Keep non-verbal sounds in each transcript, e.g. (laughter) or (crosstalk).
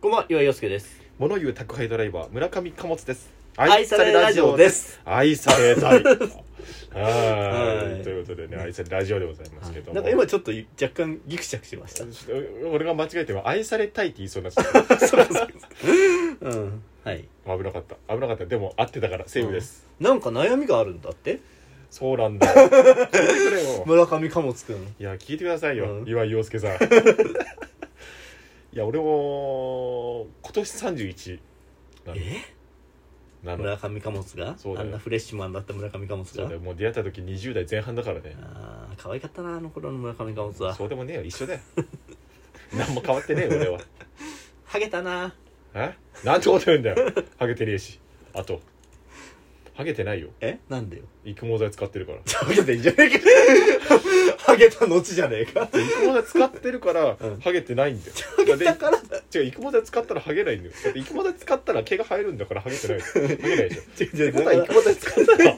こんばんは、岩井陽介です。物言う宅配ドライバー村上貨物です愛されラジオです愛され (laughs) たいははいいということでね愛されラジオでございますけどもなんか今ちょっと若干ギクシャクしました。ちょっと俺が間違えても愛されたいって言いそうになっちゃったうん。はい。危なかった危なかったでも合ってたからセーフです、なんか悩みがあるんだってそうな (laughs) んだ聞いてくれよ村上貨物くん。いや聞いてくださいよ、うん岩井陽介 (laughs) さんいや俺も今年31なのなの村上貨物がそうだあよんなフレッシュマンだった村上貨物そうだよがもう出会った時20代前半だからねああ、可愛かったな、あの頃の村上貨物は。そうでもねえよ一 (laughs) 緒だよ何も変わってねえよ俺はハゲたな。えなんてこと言うんだよハゲてねえしあとハゲてないよえなんでよ。育毛剤使ってるからハゲてんじゃねえか。 (laughs) ハゲた後じゃねえか。育毛剤使ってるから、うんハゲてないんだよハゲただってからだ。違う育毛剤使ったらハゲないんだよだって育毛剤使ったら毛が生えるんだからハゲてないよハゲないで (laughs) しょ違う違ってうこだからとはハ育毛剤使ったら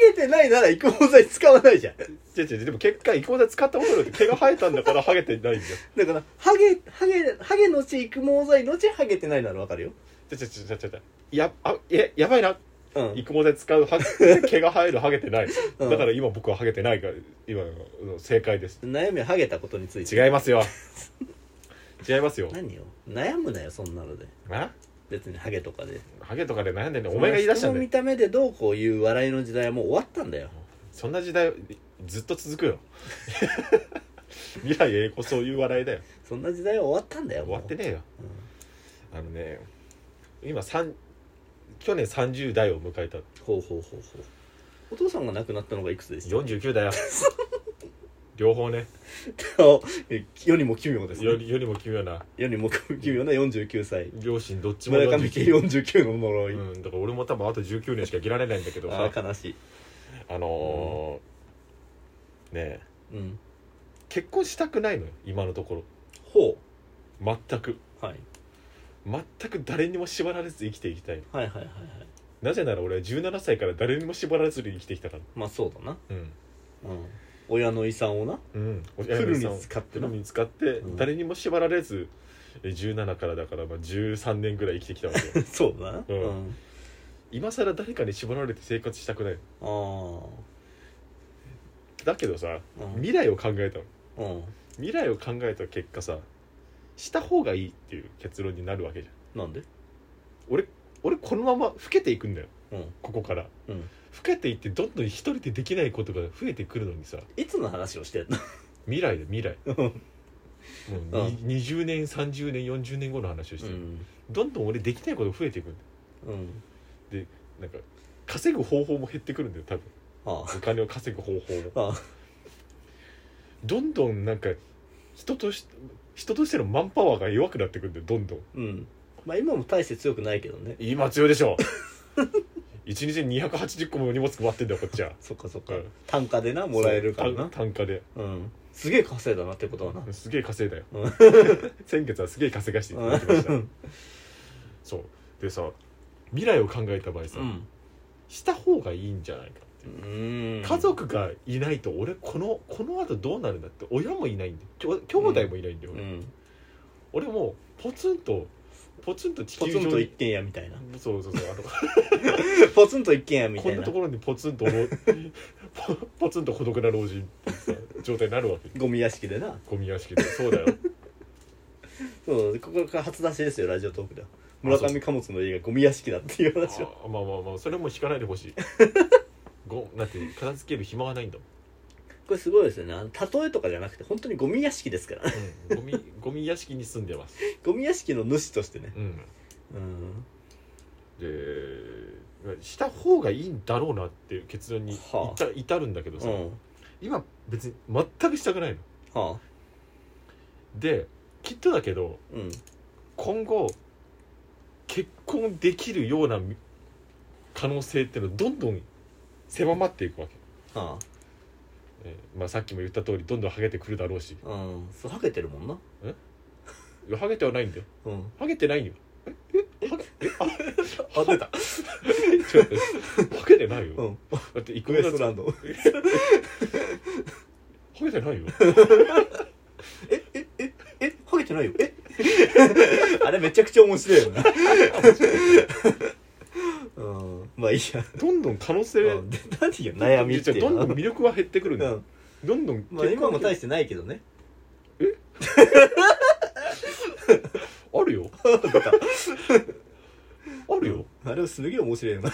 ゲてないなら育毛剤使わないじゃん。違う違うでも結果育毛剤使ったことによって毛が生えたんだからハゲてないんだよだから、ハゲ、ハゲ、ハゲのち育毛剤のちハゲてないならわかるよ。違う違う違う違う違うやあえやばいなうん。育毛剤使うハゲ毛が生えるハゲてない、うんだから今僕はハゲてないから今の正解です悩みはハゲたことについて違いますよ違いますよ何よ悩むなよそんなのであ別にハゲとかでハゲとかで悩んでんねお前が言い出しそたんのだ見よた目でどうこういう笑いの時代はもう終わったんだよそんな時代ずっと続 (laughs) くよ未来へこそういう笑いだよそんな時代は終わったんだよ終わってねねえよあのね今三去年30代を迎えたほうほうほうほうお父さんが亡くなったのがいくつでした (laughs) 49だよ両方ね世にも奇妙です、よね、りよりも奇妙な世にも奇妙な49歳両親どっちも村上家49 49の呪い、うん、だから俺も多分あと19年しか生きられないんだけどあさあ悲しいあのーねうえん結婚したくないのよ今のとこほろ全くう、はい、全く誰にも縛られず生きていきたいはいはいはいはいなぜなら俺は17歳から誰にも縛られずに生きてきたからまあそうだな、うんうん、親の遺産をな (laughs) うんフフルに使ってフルなに使ってうん誰にも縛られずえ17からだからまあ13年ぐらい生きてきたわ (laughs) けよそうだな、うんうん、今更誰かに縛られて生活したくないああだけどさうん未来を考えたのうん未来を考えた結果さした方がいいっていう結論になるわけじゃんなんで俺俺このまま老けていくんだようんここから、うん老けていってどんどん一人でできないことが増えてくるのにさいつの話をしてんの未来で未来もううんに20年30年40年後の話をしてる、んどんどん俺できないこと増えていくんだようんなんか稼ぐ方法も減ってくるんだよ多分あお金を稼ぐ方法もああどんどんなんか人とし人としてのマンパワーが弱くなってくるんだよどんどんうんまあ今も大して強くないけどね今強いでしょ (laughs) 一日に280個も荷物配ってんだよこっちはそっかそっかか単価でなもらえるからそうな単単価でうんすげえ稼いだなってことはなすげえ稼いだようん (laughs) 先月はすげえ稼がしていただきましたうんそうでさ未来を考えた場合さ、うんした方がいいんじゃないかっていう、うん家族がいないと俺このこの後どうなるんだって親もいないんだよきょ兄弟もいないんだよ、うん俺もうポツンとポツンと地ポ球ツ上ンと一に軒家みたいなそうそうそうあの (laughs) ポツンと一軒家みこたいんななところにポツンと老ポ (laughs) ポツンと孤独な老人ってさ状態になるわけゴミ屋敷でなゴミ屋敷でそうだよそうここが初出しですよラジオトークでは村上貨物の家がゴミ屋敷だっていう話をあまあまあまあそれも引かないでほしいごだって片付ける暇はないんだもんこれすごいですよねあの例えとかじゃなくて本当にゴミ屋敷ですからうんゴミゴミ屋敷に住んでます、ゴミ屋敷の主としてねうん、うんでした方がいいんだろうなっていう結論に至,、はあ至るんだけどうさ、ん今別に全くしたくないのはあできっとだけどうん今後結婚できるようなみ可能性っていうのはどんどん狭まっていくわけ、はえーまあ、さっきも言った通りどんどんハゲてくるだろうしあうんそうハゲてるもんないやハゲてはないんだようんハゲてないよええハゲえああ出たちょっとハゲてない (laughs) よ、うんだって育ウエ毛ス剤ト使ランドうハゲてないよ (laughs) えハゲてないよえ (laughs) あれめちゃくちゃ面白いよなうんまあいいやどんどん可能性うんで何よ悩みってじゃあいうどんのどん魅力は減ってくるんだうよんどんどんまあ今も大ししてないけどねあ (laughs) るよあるよあれはすげえ面白いよな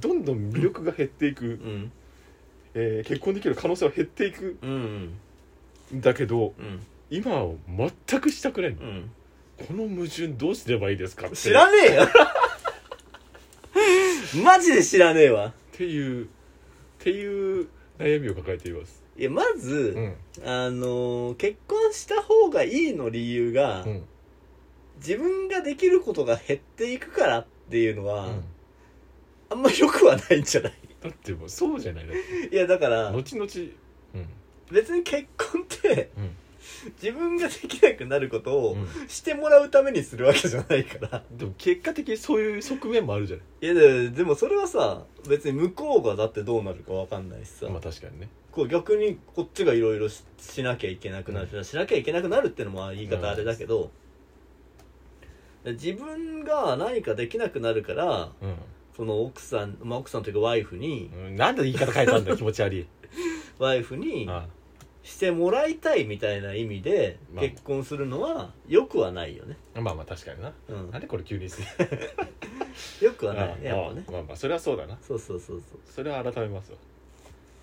どんどん魅力が減っていく、うんえー結婚できる可能性は減っていくうんんだけどうん今は全くしたくないの、うんこの矛盾どうすればいいですかって知らっねえよ (laughs) マジで知らねえわていうっていう悩みを抱えていますいやまず、うんあのー結婚した方がいいの理由が、うん自分ができることが減っていくからっていうのは、うんあんま良くはないんじゃ (laughs) ないだってもうそうじゃないだっていやだから後々うん別に結婚って (laughs) うん自分ができなくなることをうんしてもらうためにするわけじゃない (laughs) からでも結果的にそういう側面もあるじゃないやででもそれはさ別に向こうがだってどうなるかわかんないしさ、いまあ確かにねこう逆にこっちがいろいろししなきゃいけなくなるし、しなきゃいけなくなるってのも言い方あれだけど、自分が何かできなくなるからうその奥さん、まあ、奥さんというかワイフに、んなんで言い方変えたんだよ気持ち悪いワイフにあしてもらいたいみたいな意味でまあ結婚するのは良くはないよね、あまあまあ確かになうんなん、でこれ急にする良くあはないねやっぱねまあまあそれはそうだなそうそうそうそうそれは改めますわ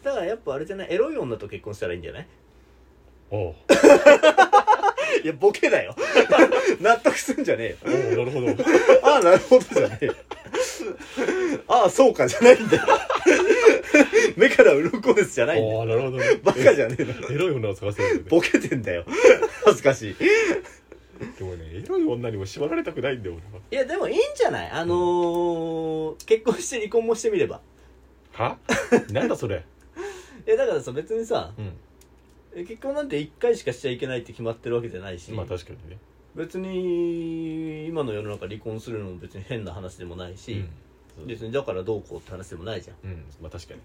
だからやっぱあれじゃないエロい女と結婚したらいいんじゃないおういやボケだ (laughs) よ納得すんじゃねえよおうなるほどああなるほどじゃねえよああそうかじゃないん (laughs) だよ目から鱗ですじゃないんだよおうなるほどね (laughs) バカじゃねえのエロい女を探せるんだよボケてんだよ恥ずかしいねでもねエロい女にも縛られたくないんだよ俺はいやでもいいんじゃないあのー結婚して離婚もしてみれば (laughs) はなんだそれいやだからさ別にさうん結婚なんて1回しかしちゃいけないって決まってるわけじゃないし、まあ確かにね別に今の世の中離婚するのも別に変な話でもないし、うん別にだからどうこうって話でもないじゃうんまあ確かに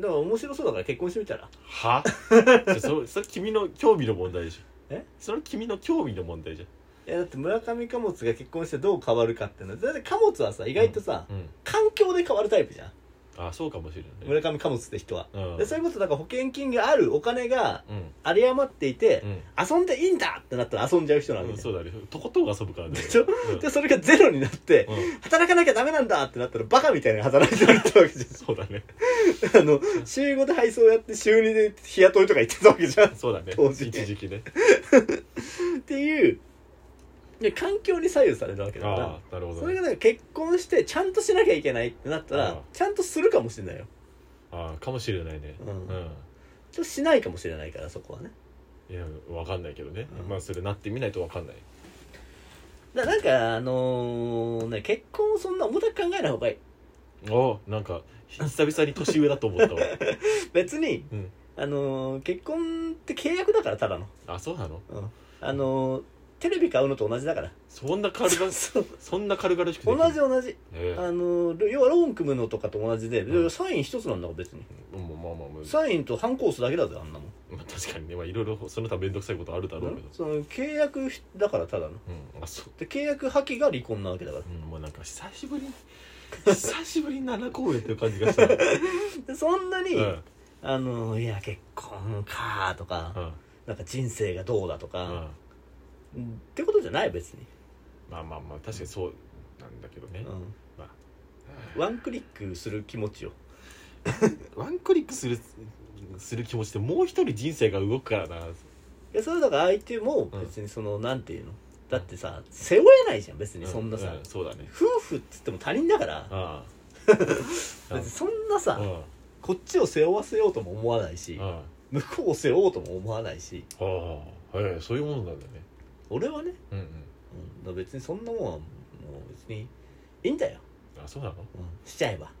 んだから面白そうだから結婚してみたら (laughs) はそそそれ君の興味の問題でしょえそれ君の興味の問題じいやだって村上貨物が結婚してどう変わるかっていうのはだって貨物はさ意外とさ、ゃん、うん、環境で変わるタイプじゃんあそうかもしれない村上貨物って人は、うんでそういうことだから保険金があるお金がうん有り余っていて、うん遊んでいいんだってなったら遊んじゃう人なうんんで、そうだねとことん遊ぶからねでしょうんでそれがゼロになって、うん働かなきゃダメなんだってなったらバカみたいに働いてるってわけじゃんそうだねあの、週5で配送やって、週2で日雇いとか行ってたわけじゃん。っそうだね当時ね一 (laughs) 時期ねていう、で環境に左右されるわけだあかあなるら、ほど、ね、それがだから結婚して、ちゃんとしなきゃいけないってなったあらあ、ちゃんとするかもしれないよ。ああかもしれないねう。うんん、ちょっとしないかもしれないから、そこはね。いやわかんないけどね、うんまあそれなってみないとわかんないだなんか、あのーね、結婚をそんな重たく考えない方がいい。おなんかひ久々に年上だと思 (laughs) ったわ別に、うんあのー結婚って契約だから、ただの。あそうなのうん。あのーテレビ買うのと同じだから。そんな軽 (laughs) 々そう。そんな軽々しくでき同るじ同じ。ええあの要はローン組むのとかと同じで、うんサイン一つなんだから別にうんまあまあまあまあサインとハンコ押すだけだぜあんなもんまあ確かにねまあいろいろその他面倒くさいことあるだろうけどその契約だからただのうんあそうで契約破棄が離婚なわけだからうんもうなんか久しぶりに久しぶりに7公演っていう感じがしたな (laughs) でそんなに、うんあのいや結婚かとか、うんなんか人生がどうだとうんか、ってことじゃない別に、まあまあまあ確かにそうなんだけどねうまあん、ワンクリックする気持ちよワンクリックするする気持ちでもう一人人生が動くからないやそれだから相手もうん別にその、なんていうのだってさ背負えないじゃん別にそんなさ、ううそうだね夫婦っつっても他人だからああ別にそんなさ、うんこっちを背負わせようとも思わないしうんあ向こうを背負おうとも思わないしあええそういうものなんだね俺はね、うんうんうん、だから別にそんなもんはもう別にいいんだよ、あそうなのうん、しちゃえば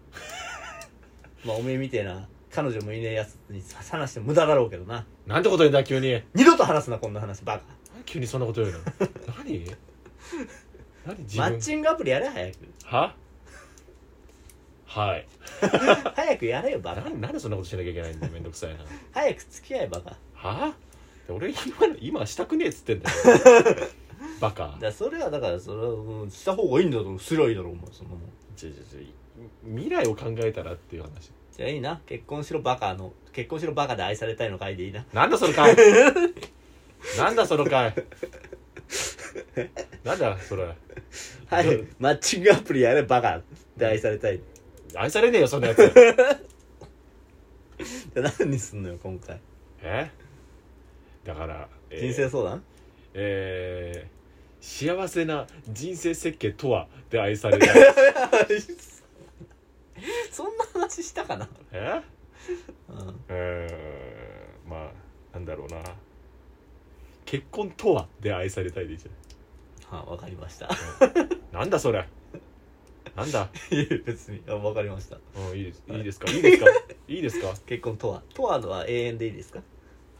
(laughs) まあおめえみてえな彼女もいねえやつに話しても無駄だろうけどななんてこと言うんだ急に二度と話すなこんな話バカ急にそんなこと言うの何何自マ分ッチングアプリやれ早くははい早くやれよバなカなんでそんなことしなきゃいけないんだよめんどくさいな早く付き合えバカは俺今今はしたくねえっつってん (laughs) だよバカだそれはだからそれは、うん、した方がいいんだろうすりゃいいだろうお前そんなもんちょちょちょ未来を考えたらっていう話じゃあいいな結婚しろバカの結婚しろバカで愛されたいの回でいいななんだそ (laughs) の回なんだその回なんだそれはいうんマッチングアプリやれバカで愛されたい愛されねえよそんなやつで何にすんのよ今回えだから、えー人生相談、えー幸せな人生設計とはで愛され (laughs) た (laughs) そんな話したかな、えうん、えーまあなんだろうな結婚とはで愛されたいでいいじはいわかりましたゃんなんだそれなんだ、 (laughs) いや別にあわかりましたうん、いいですいいですかいいですかいいですか結婚とはとはのは永遠でいいですか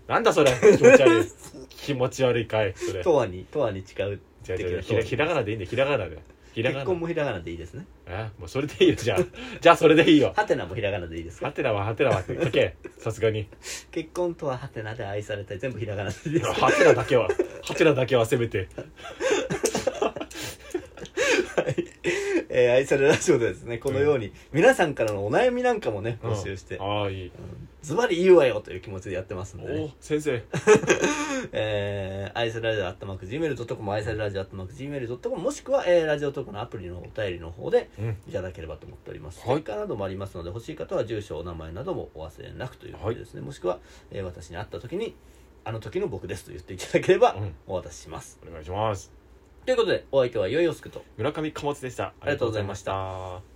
なんだそれ気持ち悪い気持ち悪いかいそれとはにとはに誓う違う違うひらひらがなでいいんだよひらがなでひら結がな婚もひらがなでいいですねえもうそれでいいよじゃあ (laughs) じゃあそれでいいよハテナもひらがなでいいですかはてなははてなは書けさすが (laughs) に結婚とはハテナで愛されたい全部ひらがなでいいですハテナだけはハテナだけはせめて (laughs) えー愛されラジオではですねこのように、皆さんからのお悩みなんかもね (laughs) 募集して、うんああいいズバリ言うわよという気持ちでやってますんで、おねお先生えー愛されラジオアットマーク Gmail.com 愛されラジオアットマーク Gmail.com もしくは、えーラジオトークのアプリのお便りの方でうんいただければと思っております、はいステッカーなどもありますので欲しい方は住所お名前などもお忘れなくということでですね、もしくは、えー私に会った時にあの時の僕ですと言っていただければうんお渡しします、お願いしますということでお相手はよいよすくと村上貨物でしたありがとうございましたありがとうございました